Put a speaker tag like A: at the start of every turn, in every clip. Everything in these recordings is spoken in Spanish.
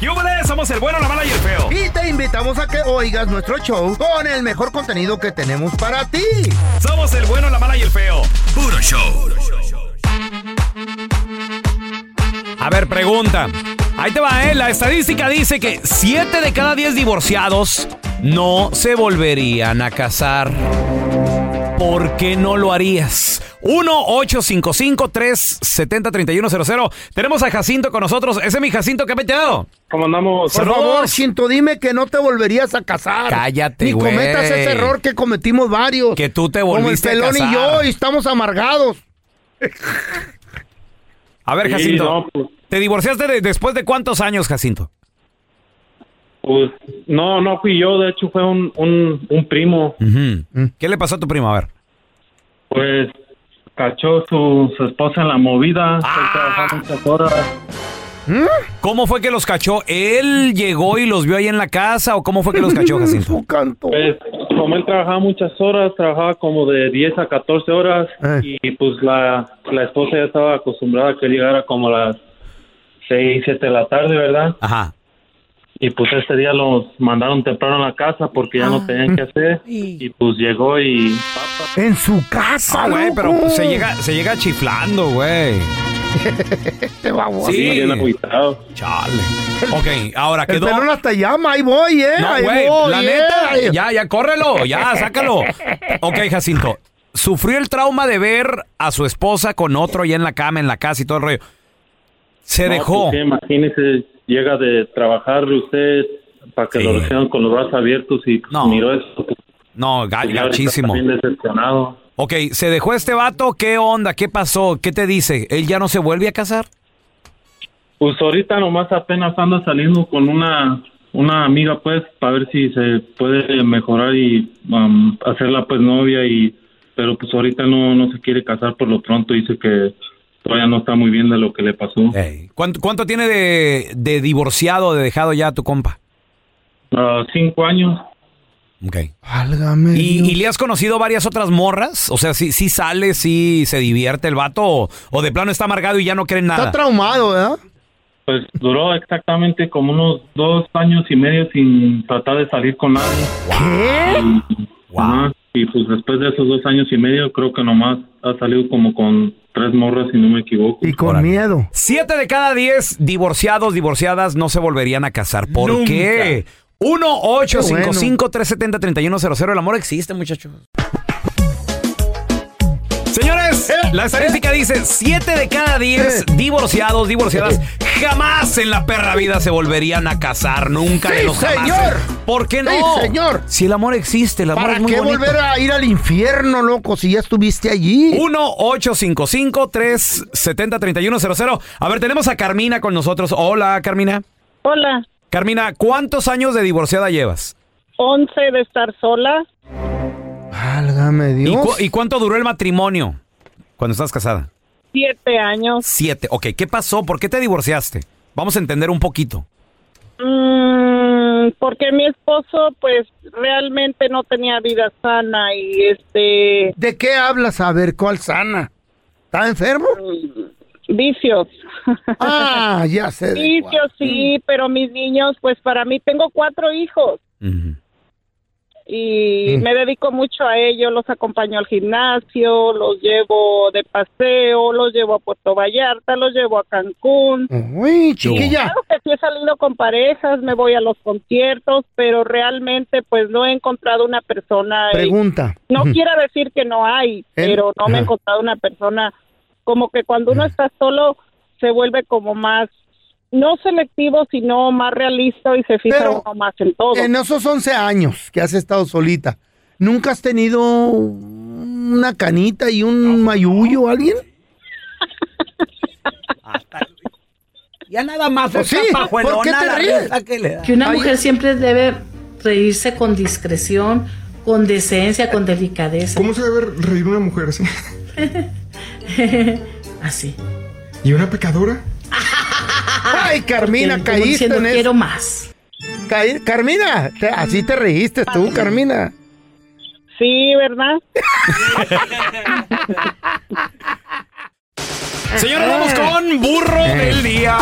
A: ¡Yúbales! Somos el bueno, la mala y el feo.
B: Y te invitamos a que oigas nuestro show con el mejor contenido que tenemos para ti.
A: Somos el bueno, la mala y el feo. Puro show. A ver, pregunta. Ahí te va, ¿eh? La estadística dice que 7 de cada 10 divorciados no se volverían a casar. ¿Por qué no lo harías? 1-855-370-3100. Tenemos a Jacinto con nosotros. Ese es mi Jacinto que ha metido.
C: ¿Cómo andamos?
B: Por favor, Cinto, dime que no te volverías a casar.
A: Cállate,
B: Ni
A: güey.
B: cometas ese error que cometimos varios.
A: Que tú te
B: Como el
A: volviste a
B: pelón
A: casar.
B: y yo, y estamos amargados.
A: A ver,
C: Sí,
A: Jacinto.
C: no, pues,
A: ¿Te divorciaste de- después de cuántos años, Jacinto?
C: pues, no, no fui yo, de hecho fue un, un, un primo,
A: ¿Qué le pasó a tu primo? A ver.
C: pues cachó su, su esposa en la movida,
A: Ah.
C: él trabajaba muchas horas.
A: ¿Cómo fue que los cachó? ¿Él llegó y los vio ahí en la casa o cómo fue que los cachó, Jacinto?
B: Su canto.
C: Pues, como él trabajaba muchas horas, trabajaba como de 10 a 14 horas
B: Eh.
C: y pues la, la esposa ya estaba acostumbrada a que él llegara como a las 6, 7 de la tarde, ¿verdad?
A: Ajá.
C: Y pues este día los mandaron temprano a la casa porque ya
A: Ah.
C: no tenían que hacer y pues llegó y
B: En su casa,
A: Ah, güey,
B: loco.
A: pero pues, se llega, se llega chiflando, güey.
B: Este baboso.
A: Sí.
C: bien agüitado.
A: Chale. Ok, ahora
B: El
A: quedó.
B: pelón hasta llama, ahí voy, eh.
A: No,
B: ahí
A: güey,
B: voy,
A: la
B: eh.
A: neta,
B: Ay,
A: ya, ya, córrelo, ya, sácalo. Ok, Jacinto, sufrió el trauma de ver a su esposa con otro ya en la cama, en la casa y todo el rollo. Se
C: No,
A: dejó.
C: pues, sí, imagínese, llega de trabajar usted para que
A: Sí.
C: lo reciban con los brazos abiertos y pues,
A: No.
C: miró eso. pues,
A: No, ga-
C: ya ahorita
A: gachísimo.
C: está Bien decepcionado.
A: Ok, se dejó este vato, ¿qué onda? ¿Qué pasó? ¿Qué te dice? ¿Él ya no se vuelve a casar?
C: Pues ahorita nomás apenas anda saliendo con una una amiga pues para ver si se puede mejorar y um, hacerla pues novia y pero pues ahorita no no se quiere casar por lo pronto dice que todavía no está muy bien de lo que le pasó.
A: Ey, ¿Cuánto, cuánto tiene de, de divorciado, de dejado ya tu compa?
C: Ah, cinco años.
A: Ok.
B: Válgame
A: ¿Y,
B: Dios.
A: y le has conocido varias otras morras? O sea, si ¿sí, sí sale, si se divierte el vato o, o de plano está amargado y ya no creen nada.
B: Está traumado, ¿verdad?
C: Pues duró exactamente como unos dos años y medio sin tratar de salir con nadie.
B: ¿Qué?
A: Wow.
C: Ajá. Y pues después de esos dos años y medio, creo que nomás ha salido como con tres morras, si no me equivoco.
B: Y con
A: Órale.
B: miedo.
A: Siete de cada diez divorciados, divorciadas no se volverían a casar. ¿Por
D: Nunca.
A: qué? 1-855-370-3100. El amor existe, muchachos. Señores, la estadística dice: siete de cada diez
B: Eh.
A: divorciados, divorciadas, jamás en la perra vida se volverían a casar. Nunca de
B: Sí,
A: los jamases.
B: señor.
A: ¿Por qué
B: Sí,
A: no?
B: señor.
A: Si el amor existe, el amor
B: ¿Para
A: es muy
B: qué
A: bonito.
B: volver a ir al infierno, loco, si ya estuviste allí?
A: 1-855-370-3100. A ver, tenemos a Carmina con nosotros. Hola, Carmina.
E: Hola,
A: Carmina, ¿cuántos años de divorciada llevas?
E: 11 de estar sola,
B: Válgame
A: ¿Y,
B: Dios.
A: cu- y cuánto duró el matrimonio cuando estás casada?
E: 7 años.
A: Siete. Ok, ¿qué pasó? ¿Por qué te divorciaste? Vamos a entender un poquito.
E: Mm, porque mi esposo pues realmente no tenía vida sana y este
B: ¿De qué hablas? A ver, ¿cuál sana? ¿Está enfermo?
E: vicios.
B: Ah, ya sé. de cuál.
E: vicios sí, pero mis niños pues para mí tengo cuatro hijos
A: Ujú.
E: y
B: Mm.
E: me dedico mucho a ellos, los acompaño al gimnasio, los llevo de paseo, los llevo a Puerto Vallarta, los llevo a Cancún.
B: Uy, chiquilla.
E: Claro que sí he salido con parejas, me voy a los conciertos, pero realmente pues no he encontrado una persona. eh,
B: Pregunta.
E: no
B: Ujú.
E: quiero decir que no hay, pero no me he
B: ajá.
E: encontrado una persona como que cuando uno está solo se vuelve como más no selectivo, sino más realista y se fija
B: Pero,
E: uno más en todo.
B: En esos 11 años que has estado solita, ¿nunca has tenido una canita y un mayullo alguien?
D: Ya nada más
B: Pues
D: esta
B: sí,
D: pajuelona,
B: ¿por qué te
D: la
B: ríes?
D: risa que le da.
F: Que una
B: Ahí-
F: mujer siempre debe reírse con discreción, con decencia, con delicadeza.
G: ¿Cómo se debe reír una mujer así?
F: Así.
G: ¿Y una pecadora?
B: Ay, Carmina,
F: Como
B: caíste
F: diciendo,
B: en eso.
F: quiero más.
B: Caí- Carmina, te- así te reíste tú, Carmina.
E: Sí, ¿verdad?
A: Señor, vamos con burro del día.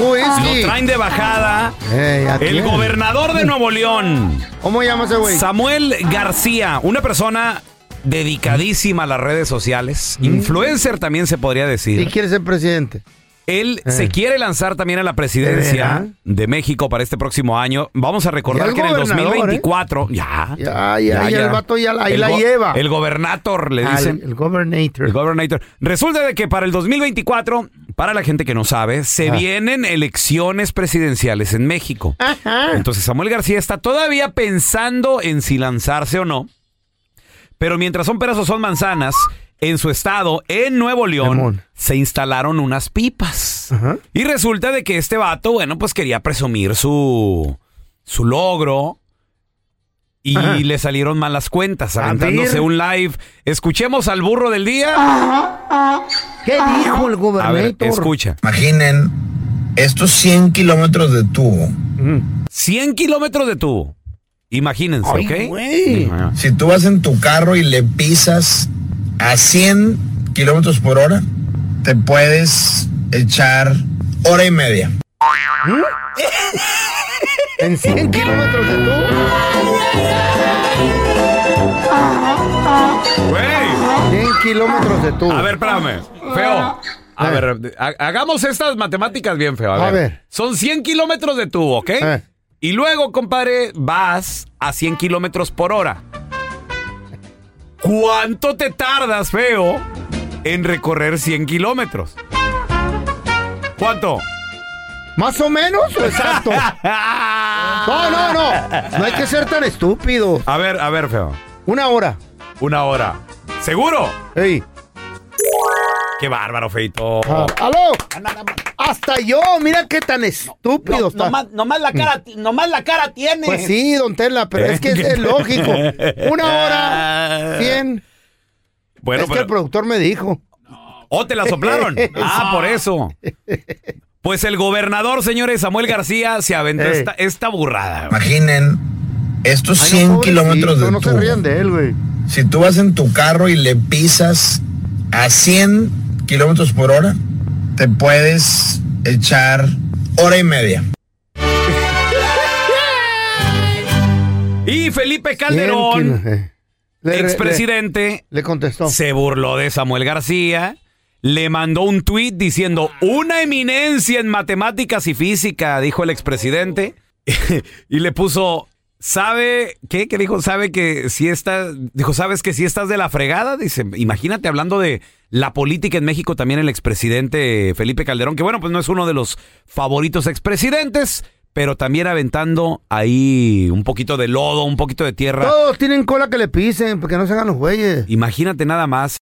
A: Lo traen de bajada.
B: Ey, ¿a
A: El
B: quién?
A: gobernador de Nuevo León,
B: ¿Cómo llama ese güey?
A: Samuel García, una persona dedicadísima a las redes sociales, influencer también se podría
B: Mm. ¿Y Eh.
A: decir.
B: quiere ser presidente?
A: Él se quiere lanzar también a la presidencia
B: veras?
A: de México para este próximo año. Vamos a
B: Ya
A: recordar
B: el
A: que en el
B: gobernador, ¿eh?
A: 2024, ya,
B: Ya, ya, ya, el vato ya la- ahí
A: El
B: la
A: go-
B: lleva.
A: El gobernator le
B: Al- er.
A: dicen.
B: el gobernator.
A: El gobernator. Resulta de que para el 2024, para la gente que no sabe, se
B: Ah.
A: vienen elecciones presidenciales en México.
B: Ajá.
A: Entonces Samuel García está todavía pensando en si lanzarse o no. Pero mientras son peras o son manzanas, en su estado, en Nuevo León,
B: Lemón.
A: se instalaron unas pipas.
B: Ajá.
A: Y resulta de que este vato, bueno, pues quería presumir su, su logro. Y
B: Ajá.
A: le salieron malas cuentas,
B: A
A: aventándose
B: ver.
A: un live. Escuchemos al burro del día.
B: ¿Qué dijo el
A: A ver,
B: gobernator?
A: escucha.
H: Imaginen estos 100 kilómetros de tubo.
B: Mm.
A: 100 kilómetros de tubo. Imagínense,
B: Ay,
A: ¿ok?
B: güey.
A: Ajá.
H: Si tú vas en tu carro y le pisas a 100 kilómetros por hora, te puedes echar hora y media.
B: ¿Mm? ¿En 100 kilómetros de tú?
A: Güey.
B: 100 kilómetros de tú.
A: A ver, espérame. Feo. A
B: Eh.
A: ver, ha- hagamos estas matemáticas bien, feo. A
B: A
A: ver.
B: ver.
A: Son 100 kilómetros de tubo, ¿ok?
B: Eh.
A: Y luego, compadre, vas a 100 kilómetros por hora. ¿Cuánto te tardas, feo, en recorrer 100 kilómetros? ¿Cuánto?
B: ¿Más o menos o exacto? No, no, no. No hay que ser tan estúpido.
A: A ver, a ver, feo.
B: Una hora.
A: Una hora. ¿Seguro?
B: Ey.
A: Qué bárbaro, feito.
B: Ah, ¡Aló!
D: Nada más.
B: Hasta yo, mira qué tan estúpido
D: No,
B: está.
D: nomás, nomás la cara, nomás la cara tiene.
B: Pues sí, don Tela, pero es que
A: Eh.
B: es lógico. Una hora, 100.
A: Bueno,
B: es que el productor me dijo.
A: Oh, te la soplaron. ah, por eso. Pues el gobernador, señores, Samuel García, se aventó
B: Ey.
A: esta, esta burrada. güey.
H: Imaginen estos
B: Ay,
H: 100
B: no,
H: kilómetros
B: pobrecito,
H: de
B: No se
H: tubo.
B: rían de él, güey.
H: Si tú vas en tu carro y le pisas a 100 kilómetros por hora, te puedes echar hora y media.
A: Y Felipe
B: 100
A: Calderón,
B: kilo- eh. Le- le-
A: expresidente,
B: Le, contestó.
A: se burló de Samuel García. Le mandó un tuit diciendo, una eminencia en matemáticas y física, dijo el expresidente. y le puso, ¿sabe qué? ¿Qué dijo? ¿Sabe que si estás, dijo, ¿sabes que si estás de la fregada? Dice, imagínate hablando de la política en México, también el expresidente Felipe Calderón, que bueno, pues no es uno de los favoritos expresidentes, pero también aventando ahí un poquito de lodo, un poquito de tierra.
B: Todos tienen cola que le pisen, porque no se hagan los güeyes.
A: Imagínate nada más.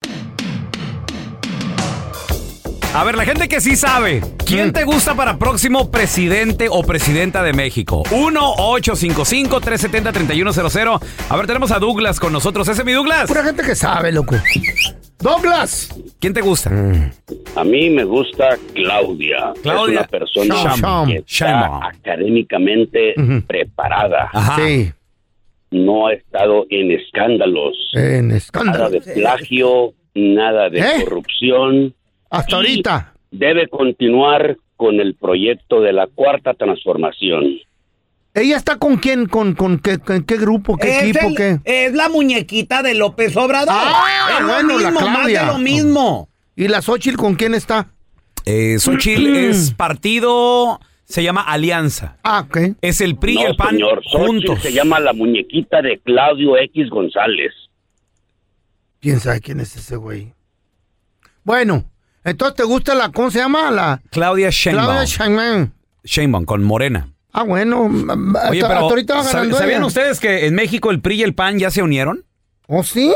A: A ver, la gente que sí sabe, ¿quién
B: Mm.
A: te gusta para próximo presidente o presidenta de México? 1-855-370-3100. A ver, tenemos a Douglas con nosotros. ¿Ese es mi Douglas?
B: Pura gente que sabe, loco. Douglas.
A: ¿Quién te gusta?
B: Mm.
I: A mí me gusta Claudia.
A: Claudia
I: Es una persona
A: Sheinbaum.
I: que
A: Sheinbaum. Ah.
I: está académicamente
B: Ujú.
I: preparada.
A: Ajá.
B: Sí,
I: No ha estado en escándalos.
A: Eh.
B: en
I: Nada
B: escándalo.
I: de plagio, nada de
B: ¿Eh?
I: corrupción.
B: Hasta ahorita.
I: Debe continuar con el proyecto de la cuarta transformación.
B: ¿Ella está con quién? ¿Con, con qué, con qué grupo? ¿Qué
D: Es
B: equipo?
D: el-
B: ¿Qué?
D: Es la muñequita de López Obrador.
B: Ah,
D: es lo
B: bueno, la
D: mismo, más
B: Claudia.
D: de lo mismo.
B: ¿Y la Xochitl con quién está?
A: Eh, Xochitl
B: Mm.
A: es partido, se llama Alianza.
B: Ah, ¿qué?
A: Es el PRI y
I: no,
A: el PAN
I: señor. Xochitl
A: juntos.
I: se llama la muñequita de Claudio X González.
B: ¿Quién sabe quién es ese güey? Bueno, entonces te gusta la, ¿cómo se llama? La
A: Claudia Sheinbaum.
B: Claudia Sheinbaum.
A: Sheinbaum con Morena.
B: Ah, bueno, hasta,
A: Oye,
B: hasta
A: pero
B: ahorita va
A: ¿sab-
B: ganando eh.
A: ¿sabían
B: ella.
A: ustedes que en México el PRI y el PAN ya se unieron?
B: ¿Oh, sí?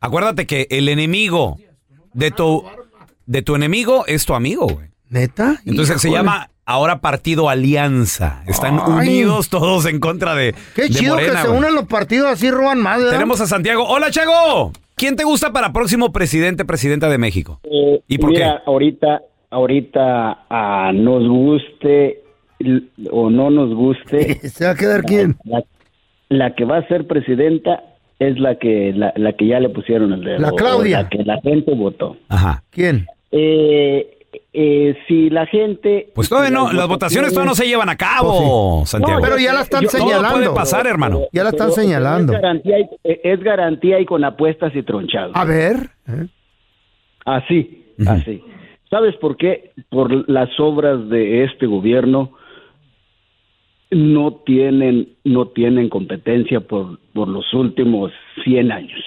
A: Acuérdate que el enemigo de tu, de tu enemigo es tu amigo, güey.
B: ¿Neta?
A: Entonces se
B: Híjole.
A: llama ahora Partido Alianza. Están
B: Ay.
A: unidos todos en contra de.
B: Qué
A: de
B: chido
A: Morena,
B: que se
A: güey.
B: unan los partidos así, roban más, ¿verdad?
A: Tenemos a Santiago. Hola, Chago. ¿Quién te gusta para próximo presidente, presidenta de México?
J: Eh,
A: ¿Y por
J: mira, ahorita, ahorita ah, nos guste l- o no nos guste,
B: ¿Se va a quedar quién?
J: la, la que va a ser presidenta es la que la, la que ya le pusieron el dedo.
B: La
J: o
B: Claudia.
J: La que la gente votó.
A: Ajá.
B: ¿Quién?
J: Eh, eh, si la gente...
A: Pues todavía no, las votaciones todavía no se llevan a cabo,
B: Pues
A: Santiago. Yo- Todo puede pasar, hermano.
J: Pero- pero Es garantía, y, eh, es garantía y con apuestas y tronchados.
B: A ver. ¿eh?
J: Así, así. ¿Sabes por qué? Por las obras de este gobierno no tienen, no tienen competencia por, por los últimos 100 años.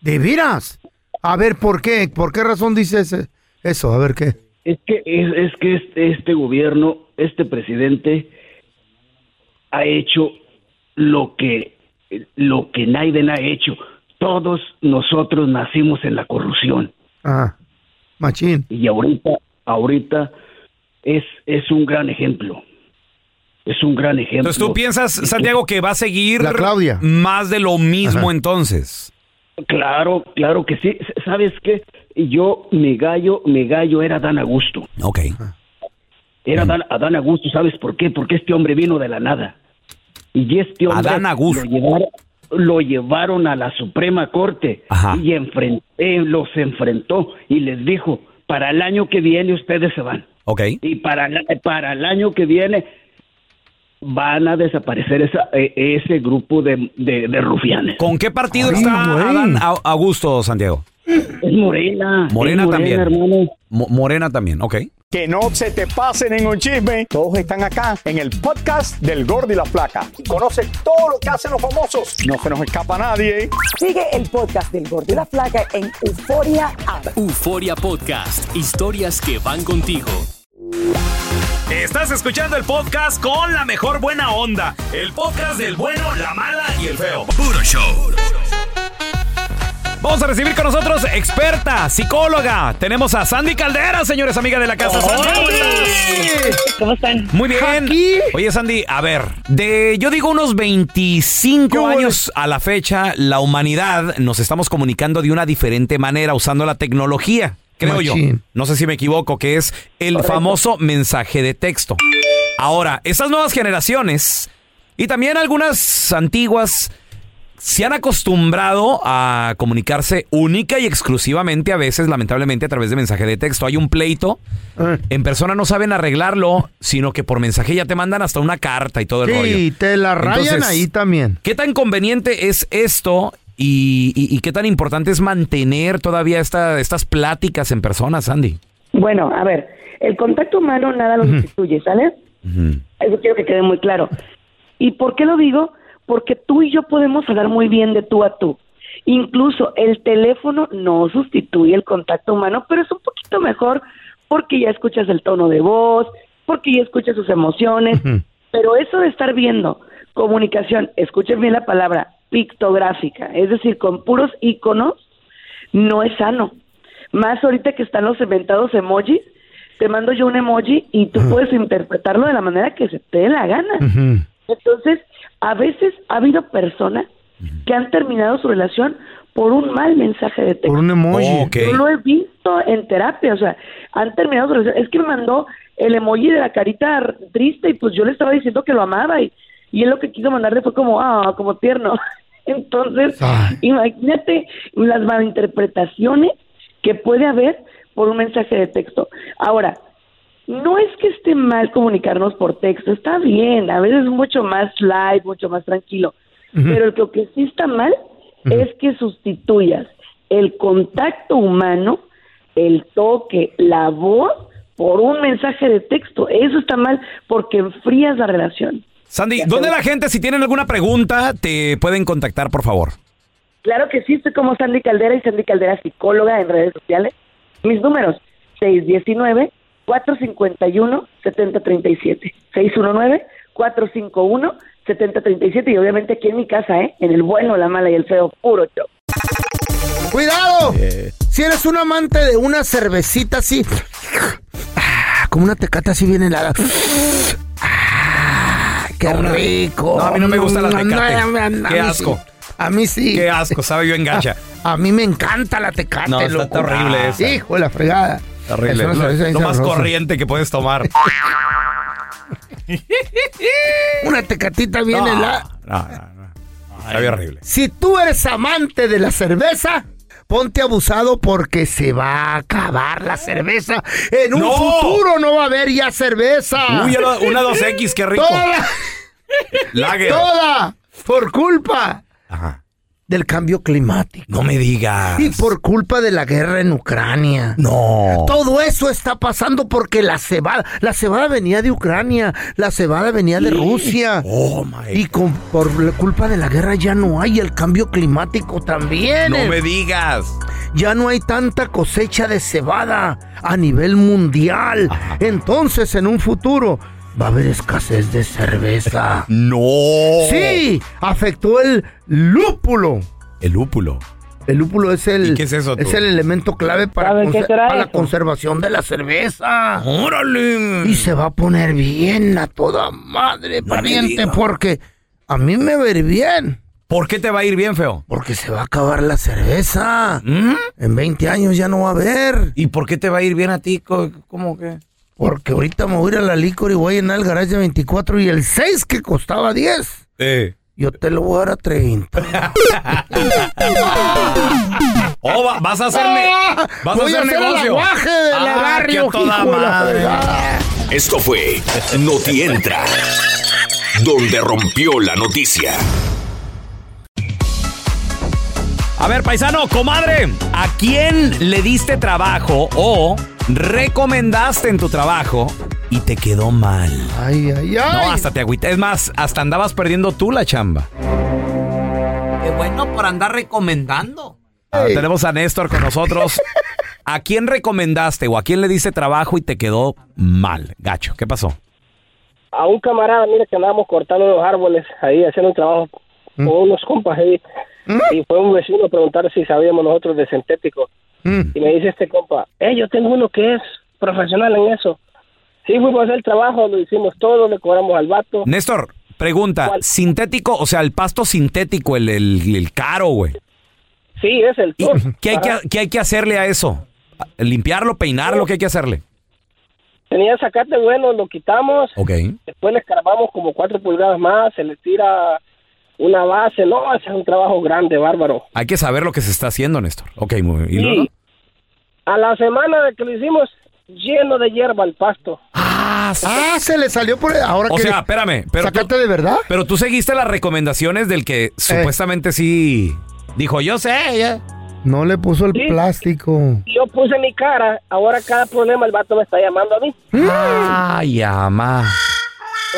B: ¿De veras? A ver, ¿por qué? ¿Por qué razón dices eh, eso? A ver, ¿qué?
J: Es que, es, es que este, este gobierno, este presidente, ha hecho lo que, lo que Naiden ha hecho. Todos nosotros nacimos en la corrupción.
B: Ah, machín.
J: Y ahorita, ahorita es, es un gran ejemplo. Es un gran ejemplo.
A: Entonces tú piensas, Santiago, que va a seguir más de lo mismo entonces.
J: Claro, claro que sí. S- ¿Sabes qué? Yo, mi gallo, mi gallo era Dan Augusto.
A: Ok.
J: Era
A: Mm.
J: Dan, Adán Augusto, ¿sabes por qué? Porque este hombre vino de la nada. Y este hombre
A: Adán Augusto.
J: Lo, llevaron, lo llevaron a la Suprema Corte y enfren- eh, los enfrentó y les dijo, para el año que viene ustedes se van.
A: Ok.
J: Y para, la- para el año que viene van a desaparecer esa- eh, ese grupo de, de- de rufianes.
A: ¿Con qué partido está Adán Au- Augusto, Santiago?
J: Es Morena. es
A: Morena, también.
J: hermano.
A: Mo- Morena también, ok.
K: Que no se te pase ningún chisme. Todos están acá en el podcast del Gordo y la Flaca. Y conoce todo lo que hacen los famosos. No se nos escapa nadie.
L: Sigue el podcast del Gordo y la Flaca en Euforia App.
M: Euforia Podcast, historias que van contigo.
A: Estás escuchando el podcast con la mejor buena onda. El podcast del bueno, la mala y el feo. Puro show. Vamos a recibir con nosotros experta, psicóloga. Tenemos a Sandy Caldera, señores, amiga de la casa. Sandy, ¿cómo estás?
N: ¿Cómo están?
A: Muy bien. Oye, Sandy, a ver, de yo digo unos 25 años a la fecha, la humanidad nos estamos comunicando de una diferente manera usando la tecnología, creo yo.
B: Machín.
A: No sé si me equivoco, que es el famoso mensaje de texto. Ahora, estas nuevas generaciones y también algunas antiguas se han acostumbrado a comunicarse única y exclusivamente a veces, lamentablemente, a través de mensaje de texto. Hay un pleito,
B: Eh.
A: en persona no saben arreglarlo, sino que por mensaje ya te mandan hasta una carta y todo el rollo.
B: Sí, te la rayan
A: Entonces,
B: ahí también.
A: ¿Qué tan conveniente es esto y, y- y qué tan importante es mantener todavía esta- estas pláticas en persona, Sandy?
N: Bueno, a ver, el contacto humano nada lo sustituye, ¿sabes? Eso quiero que quede muy claro. ¿Y por qué lo digo? Porque tú y yo podemos hablar muy bien de tú a tú. Incluso el teléfono no sustituye el contacto humano, pero es un poquito mejor porque ya escuchas el tono de voz, porque ya escuchas sus emociones. Pero eso de estar viendo comunicación, escuchen bien la palabra, pictográfica, es decir, con puros iconos, no es sano. Más ahorita que están los inventados emojis, te mando yo un emoji y tú puedes interpretarlo de la manera que se te dé la gana. Entonces, a veces ha habido personas que han terminado su relación por un mal mensaje de texto.
B: Por un emoji.
A: Oh,
B: Ok.
N: Yo lo he visto en terapia, o sea, han terminado su relación. Es que me mandó el emoji de la carita r- triste y pues yo le estaba diciendo que lo amaba y, y él lo que quiso mandarle fue como, ah, como tierno. Entonces, imagínate las malinterpretaciones que puede haber por un mensaje de texto. Ahora, no es que esté mal comunicarnos por texto, está bien, a veces es mucho más light, mucho más tranquilo,
O: Ujú.
N: pero lo que sí está mal es que sustituyas el contacto humano, el toque, la voz, por un mensaje de texto. Eso está mal porque enfrías la relación.
A: Sandy, ¿dónde la gente, si tienen alguna pregunta, te pueden contactar, por favor?
N: Claro que sí, estoy como Sandy Caldera y Sandy Caldera psicóloga en redes sociales. Mis números, 619-451-7037. 619-451-7037 y obviamente aquí en mi casa, ¿eh? En el bueno, la mala y el feo, puro show.
B: ¡Cuidado!
A: Eh.
B: Si eres un amante de una cervecita así, ah, como una tecata así bien helada. Ah, ¡Qué rico! Mm,
A: No, a mí no me gusta la
B: No, no,
A: Tecate.
B: a mí- a mí
A: Qué
B: sí.
A: asco.
B: A mí sí. Ah,
A: Qué asco, sabe yo engancha.
B: A, a mí me encanta la tecate,
A: No, está
B: loco. Ah,
A: terrible esa.
B: Hijo de la fregada.
A: Terrible.
B: Es una
A: Lo,
B: cerveza bien
A: lo más
B: sabrosa.
A: corriente que puedes tomar.
B: Una tecatita bien
A: No,
B: helada.
A: no, no, no. Sabe horrible.
B: Si tú eres amante de la cerveza, ponte abusado porque se va a acabar la cerveza. En un
A: ¡No!
B: futuro no va a haber ya cerveza.
A: Uy, una- una 2X, qué rico.
B: Toda,
A: Lager.
B: toda por culpa
A: Ajá.
B: del cambio climático.
A: No me digas.
B: Y por culpa de la guerra en Ucrania.
A: No.
B: Todo eso está pasando porque la cebada, la cebada venía de Ucrania, la cebada venía de Rusia.
A: Oh,
B: Y con- por la culpa de la guerra ya no hay el cambio climático también.
A: No me digas.
B: Ya no hay tanta cosecha de cebada a nivel mundial. Entonces, en un futuro va a haber escasez de cerveza.
A: No.
B: Sí, afectó el lúpulo.
A: El lúpulo.
B: El lúpulo es el
A: ¿Y qué es eso, tú?
B: el elemento clave para,
A: ¿Saben qué
B: conser-
A: será
B: para la
A: eso?
B: conservación de la cerveza.
A: Órale.
B: Y se va a poner bien a toda madre,
A: No me
B: pariente,
A: digas.
B: porque a mí me va a ir bien.
A: ¿Por qué te va a ir bien, feo?
B: Porque se va a acabar la cerveza.
A: ¿Mm?
B: En 20 años ya no va a haber.
A: ¿Y por qué te va a ir bien a ti? Co- ¿Cómo que?
B: Porque ahorita me voy a ir a la licor y voy a llenar el garage de 24 y el 6 que costaba 10,
A: Eh.
B: yo te lo voy a dar a 30.
A: Oh, va- vas a hacerme.
B: Ah,
A: Vas
B: voy
A: a hacer
B: a hacer el
A: negocio.
B: aguaje de la
A: Ah,
B: barrio,
A: que a toda
B: hijo de la
A: madre.
M: Esto fue Noti Entra, donde rompió la noticia.
A: A ver, paisano, comadre, ¿a quién le diste trabajo o recomendaste en tu trabajo y te quedó mal?
B: Ay, ay, ay.
A: No, hasta te agüita. Es más, hasta andabas perdiendo tú la chamba.
D: Qué bueno por andar recomendando.
A: Ahora Ah, tenemos a Néstor con nosotros. ¿A quién recomendaste o a quién le diste trabajo y te quedó mal? Gacho, ¿qué pasó?
O: a un camarada, mira que andábamos cortando unos árboles ahí, haciendo un trabajo
A: Mm.
O: con unos compas ahí. Y fue un vecino a preguntar si sabíamos nosotros de sintético.
A: Mm.
O: Y me dice este compa, eh, yo tengo uno que es profesional en eso. Sí, fuimos a hacer el trabajo, lo hicimos todo, le cobramos al vato.
A: Néstor, pregunta, ¿sintético? O sea, el pasto sintético, el, el- el caro, güey.
O: Sí, es el tour.
A: ¿Qué hay,
O: Ajá.
A: que, qué hay que hacerle a eso? ¿Limpiarlo, peinarlo? ¿Qué hay que hacerle?
O: Tenía sacate bueno, lo quitamos,
A: Ok.
O: después le escarbamos como cuatro pulgadas más, se le tira una base. No, ese es un trabajo grande, bárbaro.
A: Hay que saber lo que se está haciendo, Néstor. Ok, muy bien. ¿Y luego?
O: Sí. A la semana de que lo hicimos, lleno de hierba el pasto.
A: Ah,
B: se le salió por ahora
A: O
B: que
A: sea, espérame. Pero tú,
B: de verdad.
A: pero tú seguiste las recomendaciones del
B: Eh.
A: que supuestamente sí dijo, yo sé. ya".
B: No le puso el plástico.
O: Yo puse mi cara, ahora cada problema el vato me está llamando a mí.
B: Mm.
A: Ay, ama.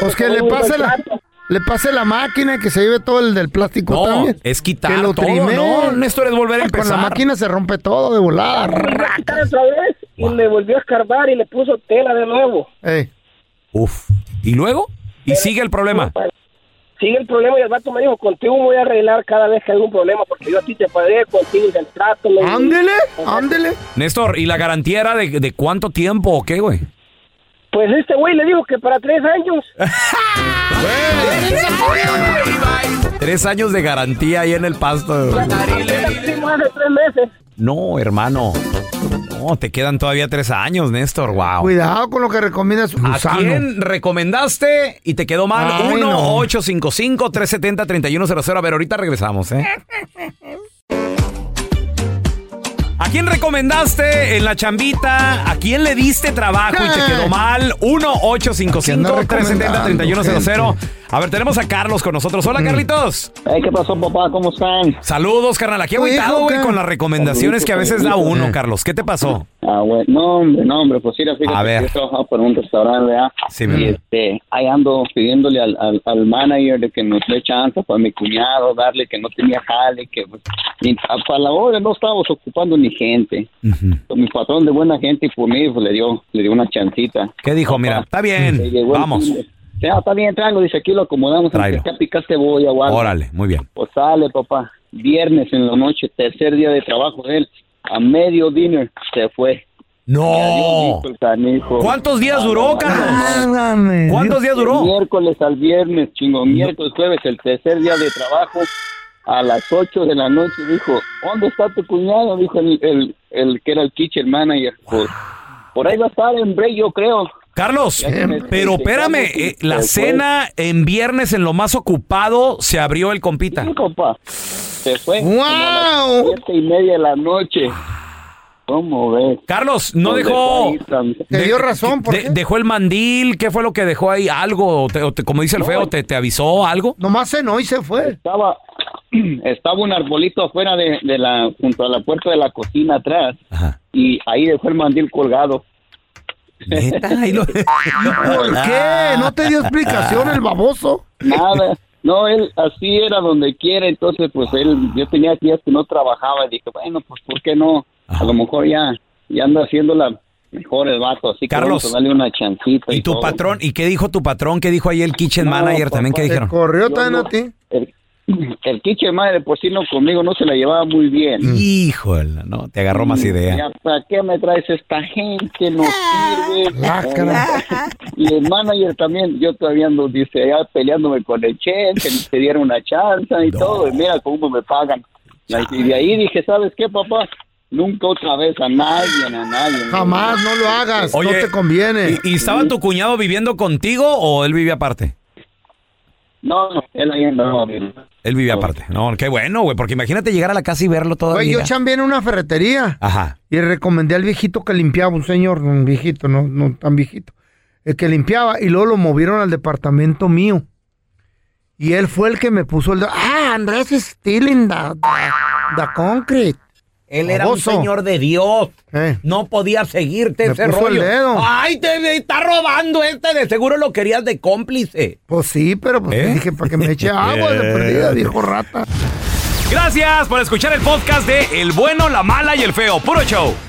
B: Pues que le pase la le pase la máquina que se lleve todo el del plástico
A: No,
B: también.
A: es quitar
B: que lo
A: todo,
B: trimeen.
A: no, Néstor, es volver a
B: Con la
A: empezar.
B: máquina se rompe todo de volar.
O: Otra vez, y me volvió a escarbar y le puso tela de nuevo.
A: Uf. ¿Y luego? ¿Y sigue el problema?
O: Sigue el problema y el vato me dijo, contigo voy a arreglar cada vez que hay un problema, porque yo a ti te pagué, contigo el trato. me-
B: Ándele, ándele.
A: Néstor, ¿y la garantía era de, de cuánto tiempo o qué, güey?
O: Pues este güey le dijo que para tres años.
A: Tres años de garantía ahí en el pasto. güey.
O: Más de tres meses.
A: No, hermano. No, te quedan todavía tres años, Néstor. Wow.
B: Cuidado con lo que recomiendas
A: ¿A
B: gusano.
A: quién recomendaste y te quedó mal?
B: Ay,
A: 1-855-370-3100. A ver, ahorita regresamos, ¿eh? ¿A quién recomendaste en la chambita? ¿A quién le diste trabajo y te quedó mal? 1-855-370-3100. A ver, tenemos a Carlos con nosotros.
B: Mm.
A: Hola, Carlitos.
P: ¿Qué pasó, papá? ¿Cómo están?
A: Saludos, carnal. Aquí aguitado, güey, con las recomendaciones que a veces da uno, Carlos. ¿Qué te pasó?
P: Ah, bueno, no, hombre, no, hombre, pues mira, fíjate
A: A
P: que
A: ver.
P: yo trabajaba para un restaurante, ¿verdad?
A: Sí,
P: y este, ahí ando pidiéndole al, al, al manager de que nos dé chance para mi cuñado, darle que no tenía jale, que pues, y a- para la hora no estábamos ocupando ni gente. Con Mi patrón de buena gente y por mí pues, le dio le dio una chancita.
A: ¿Qué dijo? Mira, está bien, vamos.
P: Ya, está bien, tráelo, dice, aquí lo acomodamos,
A: Tráelo.
P: acá picaste cebolla o algo.
A: Órale, muy bien.
P: Pues sale, papá. Viernes en la noche, tercer día de trabajo de él. A medio dinner se fue.
A: ¡No!
P: pues, ¿Cuántos
A: días duró, Carlos? ¿Cuántos días duró?
P: Miércoles al viernes, chingo. Miércoles, jueves, el tercer día de trabajo. A las 8 de la noche dijo, ¿dónde está tu cuñado? Dijo el, el, el que era el kitchen manager. Por, por ahí va a estar en break, yo creo.
A: Carlos,
P: Ya que me-
A: pero espérame, eh, la
P: Después.
A: cena en viernes en lo más ocupado se abrió el compita.
P: Sí, compa. se fue. Como a las
B: ¡Guau!
P: Siete y media de la noche. ¿Cómo ves?
A: Carlos, no
P: Nos
A: dejó.
P: ahí tan-
A: razón, ¿por Dejó el mandil, ¿qué fue lo que dejó ahí? ¿Algo? ¿O te- o te- como dice el feo, ¿te, te avisó algo?
B: Nomás cenó y se fue.
P: Estaba, estaba un arbolito afuera de, de la, junto a la puerta de la cocina atrás. Y ahí dejó el mandil colgado.
A: Ah.
B: ¿Por qué? ¿No te dio explicación el baboso?
P: Nada. No, él así era donde quiera, entonces pues él, yo tenía días que no trabajaba y dije, bueno, pues ¿por qué no? A lo mejor ya, ya anda haciendo la mejor el vato, así que
A: Carlos,
P: vamos a darle una chancita.
A: ¿Y tu
P: todo.
A: patrón? ¿Y qué dijo tu patrón? ¿Qué dijo ahí el kitchen
P: No,
A: manager también?
P: papá,
A: ¿Qué
P: te
A: dijeron?
P: corrió también a ti. El quiche madre de por sí no conmigo no se la llevaba muy bien.
A: Mm. Híjole, no, te agarró más idea.
P: Mm, Ya, ¿Para qué me traes esta gente? No sirve. Y el manager también, yo todavía ando, dice, ya peleándome con el chef, que te diera una chance y todo, y mira cómo me pagan. Y de ahí dije, ¿sabes qué, papá? Nunca otra vez a nadie, a nadie.
B: Jamás, no lo hagas, no te conviene.
A: ¿Y, y estaba tu cuñado viviendo contigo o él vive aparte?
P: No, no, él ahí andaba bien.
A: Él vive aparte. No, qué bueno, güey, porque imagínate llegar a la casa y verlo
B: Güey,
A: todavía.
B: yo chambeé en una ferretería
A: Ajá.
B: y recomendé al viejito que limpiaba, un señor, un viejito, no, no tan viejito, el que limpiaba y luego lo movieron al departamento mío. Y él fue el que me puso el... dedo, Ah, Andrés is still in the, the- the concrete.
D: Él era un
B: Baboso. Eh.
D: señor de Dios. No podía seguirte
B: Me
D: ese
B: puso el
D: rollo.
B: dedo.
D: Ay, te me está robando este. De seguro lo querías de cómplice.
B: Pues sí, pero pues dije, para que me eche agua de perdida, viejo rata.
A: Gracias por escuchar el podcast de El Bueno, la Mala y el Feo. Puro show.